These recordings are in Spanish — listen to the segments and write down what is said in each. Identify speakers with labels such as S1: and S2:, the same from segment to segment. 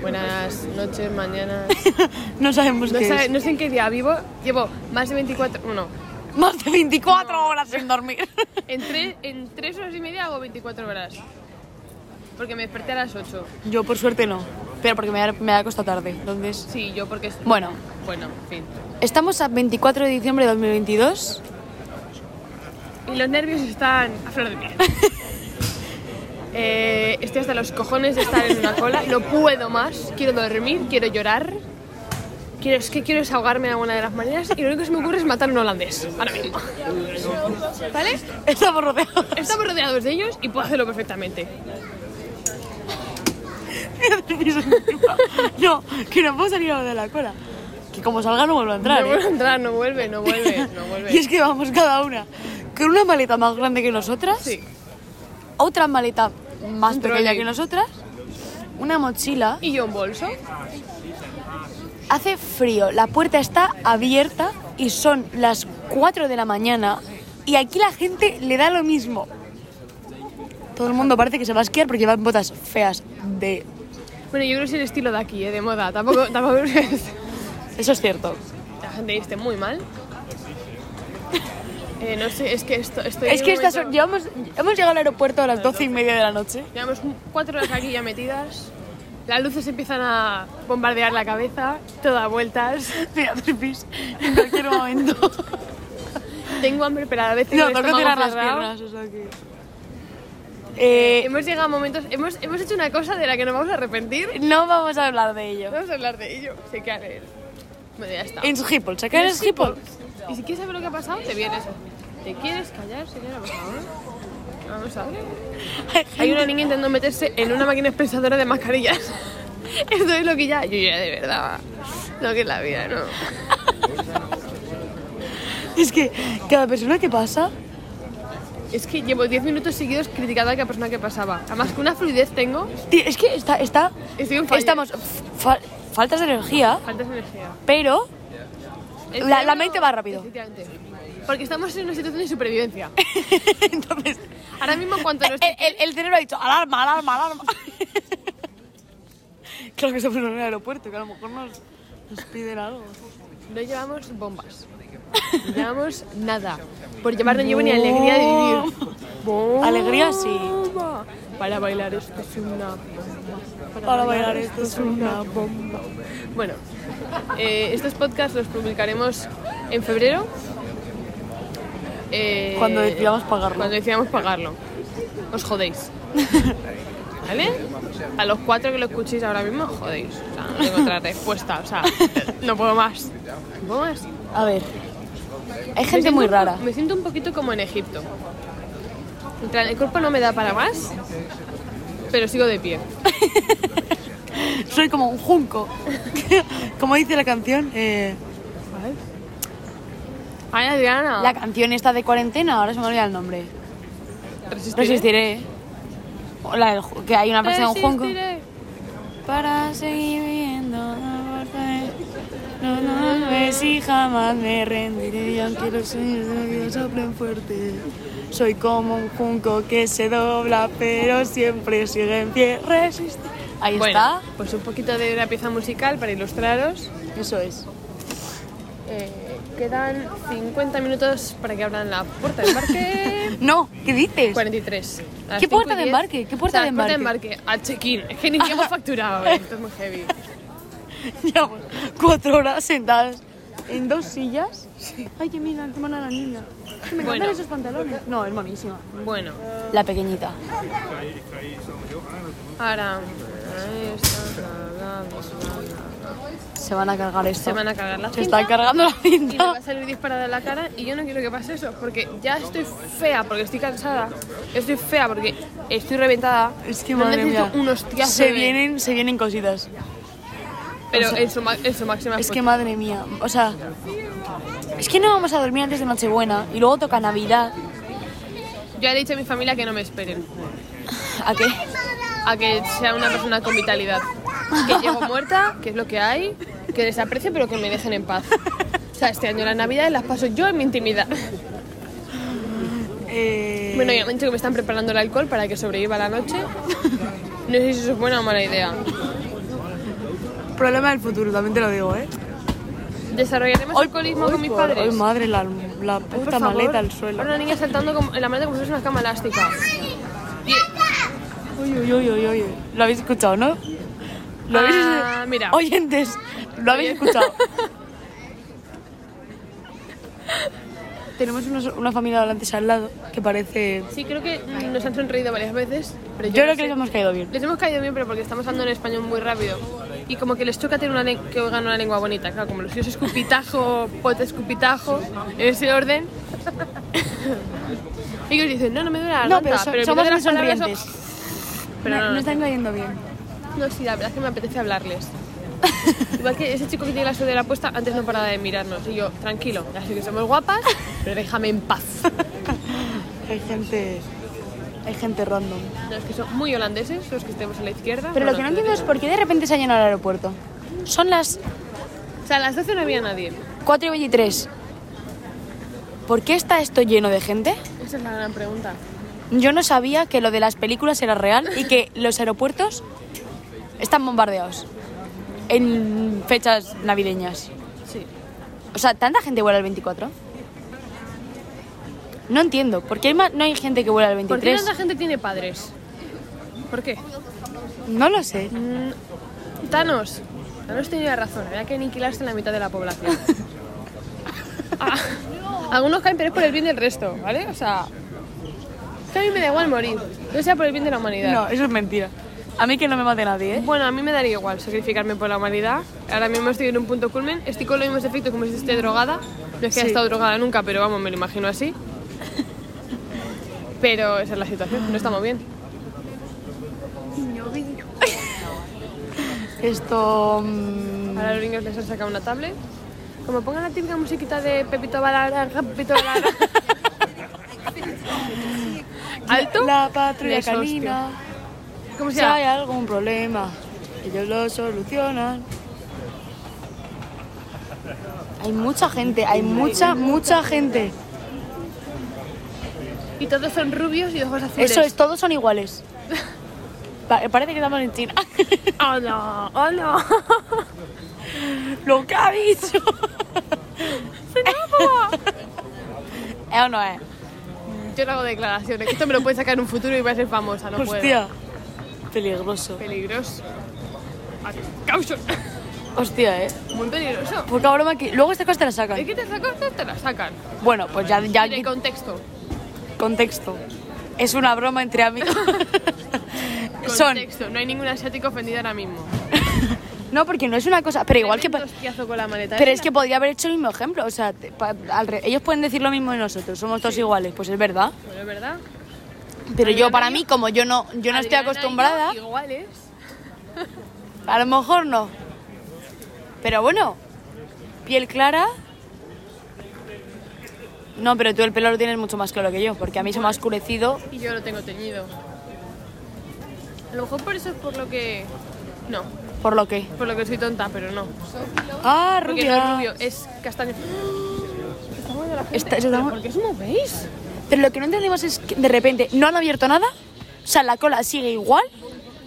S1: Buenas noches, mañana.
S2: No sabemos
S1: No,
S2: qué
S1: sabe-
S2: es.
S1: no sé en qué día vivo. Llevo más de 24. Bueno,
S2: Más de 24 horas sin dormir.
S1: en, tres, en 3 horas y media hago 24 horas. Porque me desperté a las 8.
S2: Yo por suerte no, pero porque me, me acosta tarde. Entonces,
S1: Sí, yo porque. es-
S2: Bueno.
S1: Bueno, en fin.
S2: estamos a 24 de diciembre de 2022.
S1: Y los nervios están a flor de piel. Eh, estoy hasta los cojones de estar en una cola. No puedo más. Quiero dormir, quiero llorar. Quiero, es que quiero desahogarme de alguna de las maneras. Y lo único que se me ocurre es matar a un holandés. Ahora mismo. ¿Vale?
S2: Estamos rodeados.
S1: Estamos rodeados de ellos y puedo hacerlo perfectamente.
S2: no, que no puedo salir de la cola. Que como salga no vuelvo a entrar.
S1: No
S2: ¿eh?
S1: vuelve a entrar, no vuelve, no vuelve, no vuelve.
S2: Y es que vamos cada una con una maleta más grande que nosotras,
S1: Sí.
S2: otra maleta más
S1: Un
S2: pequeña
S1: trolley.
S2: que nosotras, una mochila.
S1: Y yo un bolso.
S2: Hace frío, la puerta está abierta y son las 4 de la mañana y aquí la gente le da lo mismo. Todo el mundo parece que se va a esquiar porque llevan botas feas de...
S1: Bueno, yo creo que es el estilo de aquí, ¿eh? de moda. Tampoco, tampoco es...
S2: Eso es cierto.
S1: La gente viste muy mal. Eh, no sé, es que esto, estoy.
S2: Es
S1: en
S2: que
S1: un
S2: estas son-
S1: momento-
S2: llevamos, hemos llegado al aeropuerto a las 12 y media de la noche.
S1: Llevamos cuatro horas aquí ya metidas. Las luces empiezan a bombardear la cabeza, todo da vueltas.
S2: Mira, hacer pis en cualquier momento.
S1: Tengo hambre, pero a la vez tengo
S2: no,
S1: el
S2: tengo que
S1: estómago
S2: tirar las
S1: cerrado.
S2: piernas, o sea que... Eh,
S1: Hemos llegado a momentos. Hemos, hemos hecho una cosa de la que nos vamos a arrepentir.
S2: no vamos a hablar de ello.
S1: Vamos a hablar de ello. Se queda leer. Bueno, ya está.
S2: En Schiphol, ¿se cae en Schiphol?
S1: Y si quieres saber lo que ha pasado, te vienes. ¿Te quieres callar, señora? Por favor. Vamos a ver. Hay una niña intentando meterse en una máquina expensadora de mascarillas. Esto es lo que ya. Yo ya de verdad. Lo que es la vida, ¿no?
S2: Es que cada persona que pasa...
S1: Es que llevo 10 minutos seguidos criticando a cada persona que pasaba. Además, que una fluidez tengo.
S2: Tío, es que está... está
S1: Estoy en fallo.
S2: estamos fa- faltas de energía,
S1: Falta de energía.
S2: pero...
S1: El
S2: La-
S1: cerebro-
S2: la mente va rápido.
S1: Efectivamente. Porque estamos en una situación de supervivencia.
S2: Entonces...
S1: Ahora mismo, en cuanto nos.
S2: El, el- el cerebro ha dicho, alarma, alarma, alarma. claro que estamos en un aeropuerto, que a lo mejor nos, nos piden algo.
S1: No llevamos bombas. No llevamos nada. Por llevar no llevo ni alegría de vivir.
S2: Alegría sí.
S1: Bomba. Para bailar esto es una bomba.
S2: Para bailar esto es una
S1: bomba. Bueno, eh, estos podcasts los publicaremos en febrero. Eh,
S2: Cuando decidamos pagarlo.
S1: Cuando decidamos pagarlo. Os jodéis. ¿Vale? A los cuatro que lo escuchéis ahora mismo, os jodéis. O sea, no tengo otra respuesta. O sea, no puedo más. No puedo más.
S2: A ver. Hay
S1: Me
S2: gente
S1: siento
S2: muy
S1: un po-
S2: rara.
S1: Me siento un poquito como en Egipto. En plan, El cuerpo no me da para más, pero sigo de pie.
S2: Soy como un junco. como dice la canción. eh,
S1: Ay, Adriana,
S2: la canción esta de cuarentena, ahora se me olvida el nombre.
S1: resistiré.
S2: Resistiré. O la del ju- que hay una persona, un junco.
S1: Resistiré.
S2: Para seguir viviendo, no importa. No, no, no, es y jamás me rendiré. Y aunque los sueños de vida soplen fuerte, soy como un junco que se dobla, pero siempre sigue en pie. Resiste. Ahí
S1: Bueno, pues un poquito de una pieza musical para ilustraros.
S2: está. Eso es.
S1: Eh, quedan 50 minutos para que abran la puerta de embarque.
S2: No, ¿qué dices?
S1: 43. A las
S2: ¿Qué puerta
S1: 5 y
S2: de
S1: 10.
S2: embarque? ¿Qué puerta
S1: O sea,
S2: de
S1: Puerta de embarque, al check-in. Es que ni hemos facturado, eh, esto es muy heavy.
S2: Llevamos cuatro horas sentadas en dos sillas. Ay, que mira, toman a la niña. Que me encantan
S1: Bueno.
S2: esos pantalones. No, es buenísima.
S1: Bueno,
S2: La pequeñita.
S1: ahora... Ahí está,
S2: Se van a cargar esto.
S1: Se
S2: Ah.
S1: van a cagar las
S2: Se está cargando la
S1: y le va
S2: cinta.
S1: a salir disparada en la cara y yo no quiero que pase eso porque ya estoy fea porque estoy cansada estoy fea porque estoy reventada
S2: Es que
S1: no
S2: madre
S1: necesito
S2: mía.
S1: un hostiazo
S2: se
S1: de-
S2: vienen, se vienen cositas.
S1: pero en su, ma- en su máxima
S2: Es que
S1: expresión.
S2: madre mía, o sea, es que no vamos a dormir antes de Nochebuena y luego toca Navidad.
S1: yo ya le he dicho a mi familia que no me esperen
S2: ¿A qué?
S1: a que sea una persona con vitalidad que llego muerta que es lo que hay que les aprecie pero que me dejen en paz o sea este año las navidades las paso yo en mi intimidad Eh,
S2: Eh,
S1: bueno ya me han dicho que me están preparando el alcohol para que sobreviva la noche No sé si eso es buena o mala idea.
S2: Problema del futuro, también te lo digo, ¿eh?
S1: Desarrollaremos alcoholismo
S2: hoy
S1: con mis
S2: por-
S1: padres.
S2: Hoy, madre, la, la
S1: Ay, por
S2: puta
S1: favor.
S2: maleta al suelo.
S1: Ahora la niña saltando como- en la maleta como si fuese una cama elástica. Y-
S2: Uy, uy, uy, uy, uy. Lo habéis escuchado, ¿no? Lo habéis
S1: Ah, mira.
S2: Oyentes, lo habéis
S1: Oye.
S2: escuchado. Tenemos unos- una familia de volantes al lado que parece.
S1: Sí, creo que mm, nos han sonreído varias veces. Pero yo
S2: Yo creo
S1: no
S2: que
S1: sé.
S2: les hemos caído bien.
S1: Les hemos caído bien, pero porque estamos hablando en español muy rápido. Y como que les toca tener una len- que oigan una lengua bonita. Claro, como los tíos escupitajo, pote escupitajo, en ese orden. y ellos dicen, no, no me duele la
S2: No,
S1: garganta.
S2: Ah, pero so-
S1: el
S2: somos
S1: miedo de las
S2: muy
S1: palabras son-
S2: sonrientes.
S1: Pero
S2: no,
S1: no, no,
S2: no están cayendo bien.
S1: No, sí, la verdad es que me apetece hablarles. Igual que ese chico que tiene la sudadera puesta, antes no paraba de mirarnos. Y yo, tranquilo, ya sé que somos guapas, pero déjame en paz.
S2: Hay gente. Hay gente random.
S1: No, es que son muy holandeses los que estemos a la izquierda.
S2: Pero lo que no entiendo es por qué de repente se ha llenado el aeropuerto. Son las
S1: O sea, a las 12 no había nadie.
S2: 4 y 23. ¿Por qué está esto lleno de gente?
S1: Esa es la gran pregunta.
S2: Yo no sabía que lo de las películas era real y que los aeropuertos están bombardeados en fechas navideñas.
S1: Sí.
S2: O sea, ¿tanta gente vuela el 24? No entiendo. ¿Por qué hay ma- no hay gente que vuela el
S1: ¿Por qué
S2: 23?
S1: tanta gente tiene padres? ¿Por qué?
S2: No lo sé.
S1: Thanos. Thanos tenía razón, había que aniquilarse la mitad de la población. Ah, algunos caen, pero es por el bien del resto, ¿vale? O sea. es que a mí me da igual morir, no sea por el bien de la humanidad.
S2: No, eso es mentira. A mí que no me mate nadie, ¿eh?
S1: Bueno, a mí me daría igual sacrificarme por la humanidad. Ahora mismo estoy en un punto culmen. Estoy con los mismos efectos como si esté drogada. No es que
S2: Sí.
S1: haya estado drogada nunca, pero vamos, me lo imagino así. Pero esa es la situación, no estamos bien.
S2: Esto... mm,
S1: Ahora a los niños les han sacado una tablet. Como pongan la típica musiquita de Pepito Balaranga, Pepito Balaranga. Alto.
S2: La patrulla
S1: Les hostio.
S2: canina.
S1: ¿Cómo se
S2: Si hay
S1: llama?
S2: algún problema, ellos lo solucionan. Hay mucha gente, hay mucha, mucha gente.
S1: Y todos son rubios y ojos azules.
S2: Eso es, todos son iguales. Pa- parece que estamos en China.
S1: ¡Hola! ¡Hola!
S2: lo que ha dicho. ¿Es o no es?
S1: Yo no hago declaraciones. que Esto me lo puede sacar en un futuro y voy a ser famosa, no puedo.
S2: Hostia. Peligroso.
S1: Peligroso. A causa-
S2: Hostia, eh.
S1: Muy peligroso.
S2: Porque broma que. Luego estas cosas te las
S1: Es
S2: sacan.
S1: que te sacan, te la sacan.
S2: Bueno, pues ya, ya
S1: Y de contexto.
S2: contexto. Es una broma entre amigos. Son.
S1: Contexto. No hay ningún asiático ofendido ahora mismo.
S2: No, porque no es una cosa. Pero igual que. pa-
S1: Tremendo hostiazo con la maleta.
S2: Pero es que podría haber hecho el mismo ejemplo. O sea, te- pa- al re- ellos pueden decir lo mismo de nosotros. Somos todos iguales. Pues es verdad.
S1: Bueno, es verdad.
S2: Pero yo,
S1: Adriana
S2: para
S1: y-
S2: mí, como yo no, yo no estoy
S1: Adriana y yo
S2: acostumbrada,
S1: Iguales.
S2: a lo mejor no. Pero bueno, piel clara. No, pero tú el pelo lo tienes mucho más claro que yo, porque a mí se me ha oscurecido.
S1: Y yo lo tengo teñido. A lo mejor por eso es por lo que. No,
S2: ¿Por lo que?
S1: por lo que soy tonta, pero no.
S2: Ah,
S1: Porque no
S2: rubia.
S1: es rubio, es castaño. Está moviendo la gente.
S2: Está- se está
S1: ¿Pero
S2: mo-
S1: ¿Por qué os movéis?
S2: Pero lo que no entendemos es que de repente no han abierto nada, o sea, la cola sigue igual,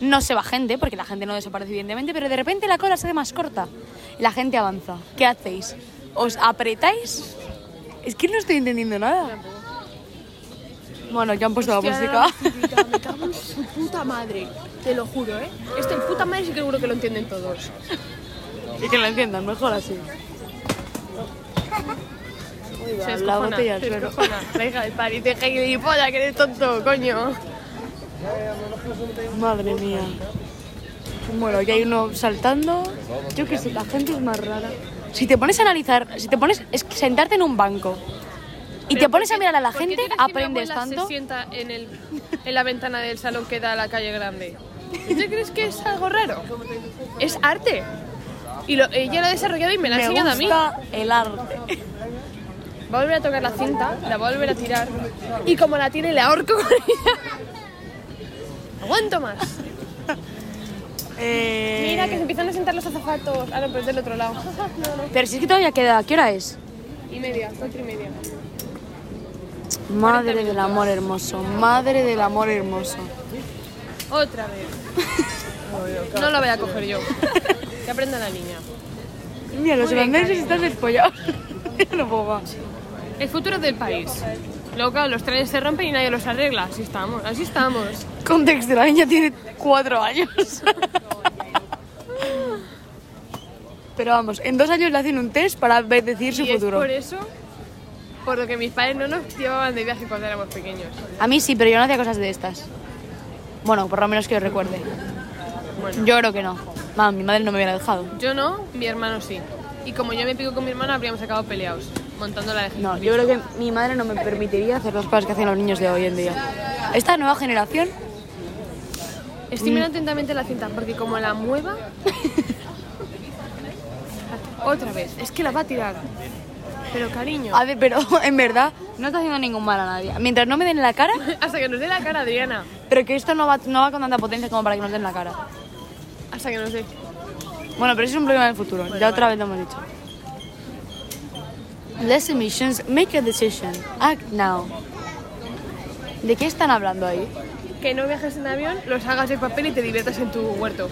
S2: no se va gente, porque la gente no desaparece evidentemente, pero de repente la cola se hace más corta, la gente avanza. ¿Qué hacéis? ¿Os apretáis? Es que no estoy entendiendo nada. Bueno, ya han puesto la música.
S1: música. Me cago en su puta madre. Te lo juro, ¿eh? Este puta madre sí que seguro que lo entienden todos.
S2: y que lo entiendan, mejor así.
S1: Se descojona,
S2: la botella al
S1: se
S2: suelo.
S1: descojona. La hija del pari, te que gilipollas, que eres tonto, coño.
S2: Madre mía. Bueno, aquí hay uno saltando. Yo qué sé, la gente es más rara. Si te pones a analizar, si te pones, es que sentarte en un banco y te pones a mirar a la
S1: ¿Por qué
S2: gente,
S1: crees que mi
S2: aprendes
S1: abuela
S2: tanto.
S1: se sienta en, el, en la ventana del salón que da a la calle grande? ¿Y ¿Tú crees que es algo raro? Es arte. Y lo- ella lo ha desarrollado y me la ha
S2: Me
S1: enseñado a
S2: gusta el arte.
S1: mí. Va a volver a tocar la cinta, la va a volver a tirar. Y como la tiene, le ahorco con ella. Aguanto más.
S2: Eh.
S1: Mira, que se empiezan a sentar los azafatos. Ah, no, pero es del otro lado. No, no.
S2: Pero si es que todavía queda, ¿qué hora es?
S1: Y media, cuatro y media.
S2: Madre del amor hermoso, madre del amor hermoso.
S1: Otra vez. No lo voy a coger yo. Que aprenda la niña.
S2: Mira, los
S1: Muy bien,
S2: irlandeses están despollados. Mira lo boba.
S1: El futuro del país. Loca, los trenes se rompen y nadie los arregla. Así estamos, así estamos.
S2: Context de la niña tiene cuatro años. Pero vamos, en dos años le hacen un test para ver- decir su
S1: y es
S2: futuro.
S1: por eso, por lo que mis padres no nos llevaban de viaje cuando éramos pequeños.
S2: A mí sí, pero yo no hacía cosas de estas. Bueno, por lo menos que yo recuerde.
S1: Bueno.
S2: Yo creo que no. Mamá, mi madre no me hubiera dejado.
S1: Yo no, mi hermano sí. Y como yo me pico con mi hermana, habríamos acabado peleados, montando la de
S2: No, yo creo que mi madre no me permitiría hacer las cosas que hacen los niños de hoy en día. Esta nueva generación,
S1: Estoy mirando atentamente la cinta porque como la mueva... Otra vez, es que la va a tirar. Ah. Pero cariño,
S2: a ver, pero en verdad no está haciendo ningún mal a nadie. Mientras no me den en la cara,
S1: hasta que nos dé la cara, Adriana.
S2: pero que esto no va, no va con tanta potencia como para que nos den la cara.
S1: Hasta que nos dé...
S2: Bueno, pero eso es un problema del futuro. ya otra vez lo hemos dicho. Less emissions, make a decision, act now. ¿De qué están hablando ahí?
S1: Que no viajes en avión, los hagas de papel y te diviertas en tu huerto.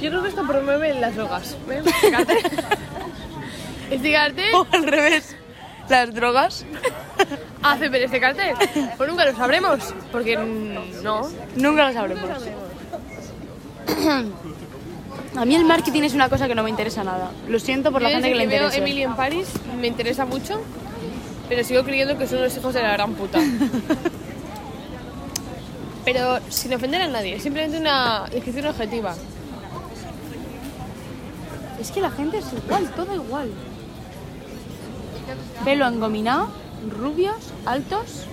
S1: Yo creo que esto promueve las drogas. ¿eh? Fíjate. este cartel
S2: O al revés, las drogas.
S1: hace ver este cartel. Pues nunca lo sabremos, porque mm, no.
S2: Nunca lo sabremos. A mí el marketing es una cosa que no me interesa nada. Lo siento por la
S1: Yo
S2: gente
S1: desde
S2: que le
S1: veo
S2: interesa.
S1: Emily en París me interesa mucho, pero sigo creyendo que son los hijos de la gran puta. pero sin ofender a nadie, simplemente una descripción objetiva.
S2: Es que la gente es igual, todo igual. Pelo engominado, rubios, altos,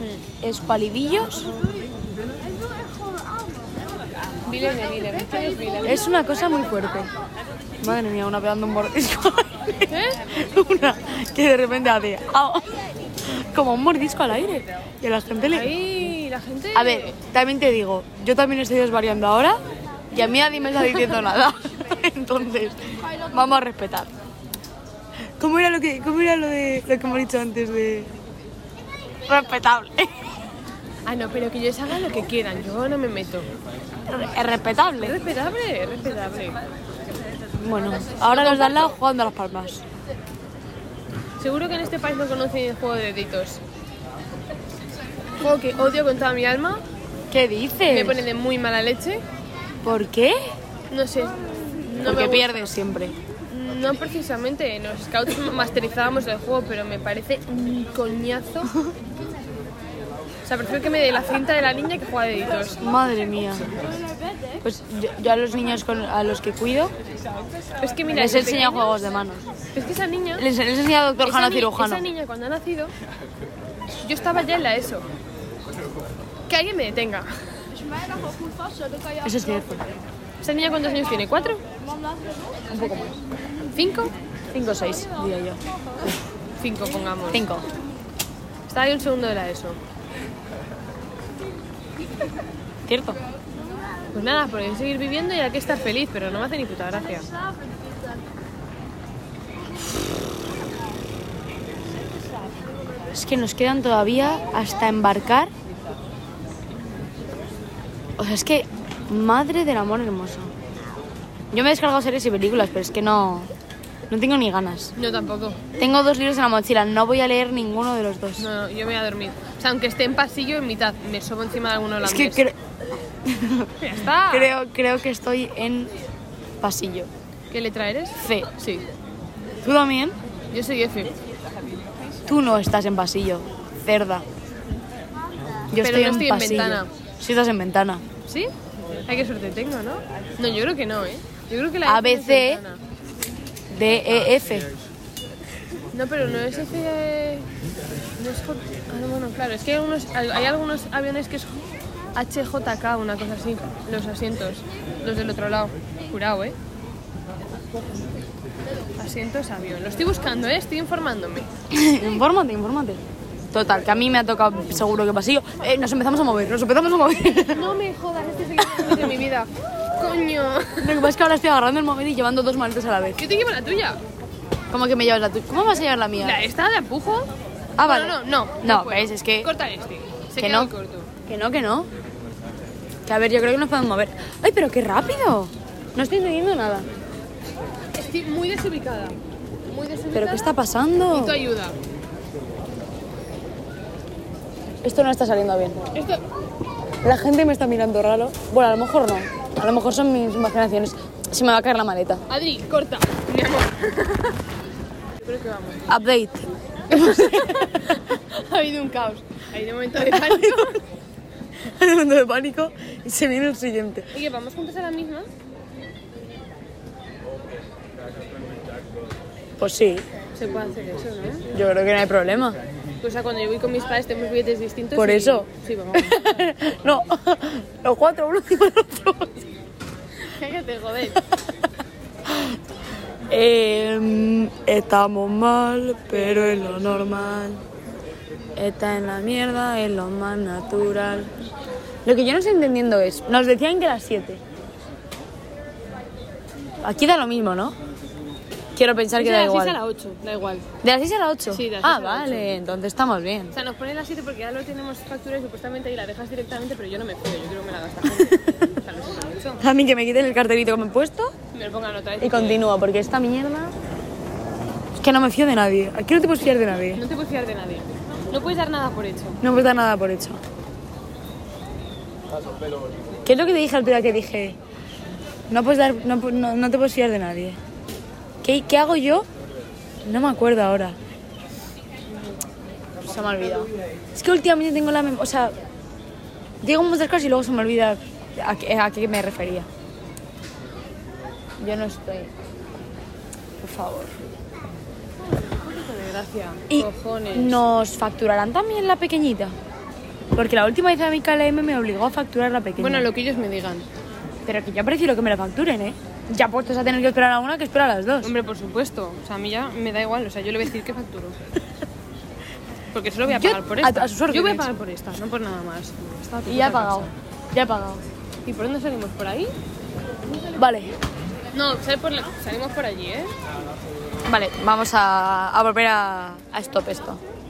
S2: espalidillos.
S1: Miles de miles, esto es miles.
S2: Es una cosa muy fuerte. Madre mía, una pegando un mordisco.
S1: ¿Eh?
S2: una que de repente hace... ¡au! Como un mordisco al aire. Y a la gente le...
S1: Ahí la gente.
S2: A ver, también te digo, yo también estoy desvariando ahora y a mí nadie me está diciendo nada. Entonces, vamos a respetar. ¿Cómo era lo que, cómo era lo de lo que hemos dicho antes de respetable?
S1: Ah, no, pero que ellos hagan lo que quieran, yo no me meto.
S2: Es
S1: Es
S2: respetable.
S1: respetable, es respetable.
S2: Bueno, ahora los de al lado jugando a las palmas.
S1: Seguro que en este país no conocen el juego de deditos. Juego que odio con toda mi alma,
S2: ¿Qué
S1: me
S2: dices?
S1: pone de muy mala leche.
S2: ¿Por qué?
S1: No sé. No me
S2: Porque
S1: gusta.
S2: pierdes siempre.
S1: No precisamente, en los scouts masterizábamos el juego, pero me parece un coñazo. O sea, prefiero que me dé la cinta de la niña que juega a deditos.
S2: Madre mía. Pues yo, yo a los niños con- a los que cuido
S1: Es que mira,
S2: les
S1: desde
S2: enseño
S1: pequeños-
S2: juegos de manos.
S1: Es que esa niña.
S2: Les, les enseño a doctor
S1: esa
S2: Jano
S1: ni-
S2: Cirujano.
S1: Esa niña cuando ha nacido, yo estaba ya en la ESO. Que alguien me detenga.
S2: Eso es cierto.
S1: ¿Esa niña cuántos años tiene? ¿Cuatro?
S2: Un poco más.
S1: ¿Cinco?
S2: 5 o 6, diría yo.
S1: Cinco, pongamos.
S2: 5.
S1: Estaba yo en segundo de la ESO.
S2: Cierto.
S1: Pues nada, por ahí seguir viviendo y hay que estar feliz, pero no me hace ni puta gracia.
S2: Es que nos quedan todavía hasta embarcar. O sea, es que madre del amor hermoso. Yo me he descargado series y películas, pero es que no no tengo ni ganas.
S1: Yo tampoco.
S2: Tengo dos libros en la mochila, no voy a leer ninguno de los dos.
S1: No, no, yo me voy a dormir. O sea, aunque esté en pasillo, en mitad, me sobo encima de alguno
S2: es
S1: holandés.
S2: que cre-
S1: ¡Ya está!
S2: creo creo que estoy en pasillo.
S1: ¿Qué letra eres?
S2: C.
S1: Sí.
S2: ¿Tú también?
S1: Yo soy F.
S2: Tú no estás en pasillo, cerda. Yo
S1: Pero
S2: estoy
S1: no
S2: en
S1: estoy en
S2: pasillo.
S1: ventana.
S2: Sí estás en ventana.
S1: ¿Sí? Hay que suerte tengo, ¿no? No, yo creo que no, ¿eh? Yo creo que
S2: A,
S1: la F
S2: B,
S1: es
S2: C.
S1: ventana.
S2: D, E, F.
S1: No, pero no es F... No es J... ah, no, bueno, claro, es que hay algunos, hay algunos aviones que es HJK, una cosa así, los asientos, los del otro lado. Curado, ¿eh? Asientos avión. Lo estoy buscando, ¿eh? Estoy informándome.
S2: infórmate, infórmate. Total, que a mí me ha tocado seguro que pasillo. Eh, nos empezamos a mover, nos empezamos a mover.
S1: No me jodas, este es el que de mi vida. Coño.
S2: Lo que pasa es que ahora estoy agarrando el móvil y llevando dos maletas a la vez.
S1: Yo te llevo la tuya.
S2: ¿Cómo que me llevas la tuya? ¿Cómo vas a llevar la mía?
S1: La esta la empujo.
S2: Ah, vale.
S1: No, no, no.
S2: No,
S1: puedo.
S2: ves, es que-
S1: Corta Eh, este. Se
S2: Que
S1: queda
S2: no.
S1: muy corto.
S2: Que no, que no. Que a ver, yo creo que nos podemos mover. ¡Ay, pero qué rápido! No estoy entendiendo nada.
S1: Estoy muy desubicada. Muy desubicada.
S2: ¿Pero qué está
S1: Necesito
S2: pasando?
S1: ayuda.
S2: Esto no está saliendo bien.
S1: Esto...
S2: La gente me está mirando raro. Bueno, a lo mejor no. A lo mejor son mis imaginaciones. Se me va a caer la maleta.
S1: Adri, corta. Mi amor. Creo que vamos.
S2: Update.
S1: ha habido un caos. Ha habido un momento de pánico.
S2: Hay un momento de pánico y se viene el siguiente.
S1: Oye, ¿vamos juntas a la misma?
S2: Pues sí,
S1: Se puede hacer eso, ¿no?
S2: yo creo que no hay problema.
S1: O sea, cuando yo voy con mis padres tenemos billetes distintos.
S2: Por
S1: y-
S2: eso.
S1: Sí, vamos.
S2: no, los cuatro, uno encima del otro.
S1: Cállate, joder.
S2: Em, estamos mal, pero es lo normal. Está en la mierda, es lo más natural. Lo que yo no estoy entendiendo es, nos decían que las 7. Aquí da lo mismo, ¿no? Quiero pensar que
S1: Es a
S2: da
S1: las
S2: igual.
S1: 6 a las 8, da igual.
S2: ¿De las 6 a las 8?
S1: Sí, de las
S2: ah,
S1: seis a las
S2: vale, entonces estamos bien.
S1: O sea, nos ponen las 7 porque ya lo tenemos factura y supuestamente ahí la dejas directamente, pero yo no me fío, yo creo que me la gasta. gente. o sea, lo siento mucho.
S2: A mí que me quiten el carterito que me he puesto
S1: Me lo pongan otra vez.
S2: y continúo, porque esta mierda... Es que no me fío de nadie. Aquí no te puedes fiar de nadie.
S1: No te puedes fiar de nadie. No puedes dar nada por hecho.
S2: No puedes dar nada por hecho. ¿Qué es lo que te dije al día que dije? No, puedes dar, no, pu- no- no te puedes fiar de nadie. ¿Qué, qué hago yo? No me acuerdo ahora. Se me ha olvidado. Es que últimamente tengo la memoria... O sea, digo muchas cosas y luego se me olvida a, qué- a qué me refería. Yo no estoy... Por favor.
S1: De gracia.
S2: Y
S1: Cojones.
S2: nos facturarán también la pequeñita. Porque la última vez a mi KLM me obligó a facturar la pequeña.
S1: Bueno, lo que ellos me digan.
S2: Pero que yo prefiero que me la facturen, ¿eh? Ya puestos a tener que esperar a una que espera a las dos.
S1: Hombre, por supuesto. O sea, a mí ya me da igual. O sea, yo le voy a decir que facturo. Porque solo voy a
S2: Yo-
S1: pagar por
S2: a-
S1: esta.
S2: a sus
S1: yo voy a
S2: órdenes.
S1: pagar por esta, no por nada más. Está
S2: Y ya he
S1: puta casa.
S2: pagado. Ya he pagado.
S1: ¿Y por dónde salimos? ¿Por ahí?
S2: Vale.
S1: No, sal por la- salimos por allí, ¿eh?
S2: Vale, vamos a, a volver a, a stop esto.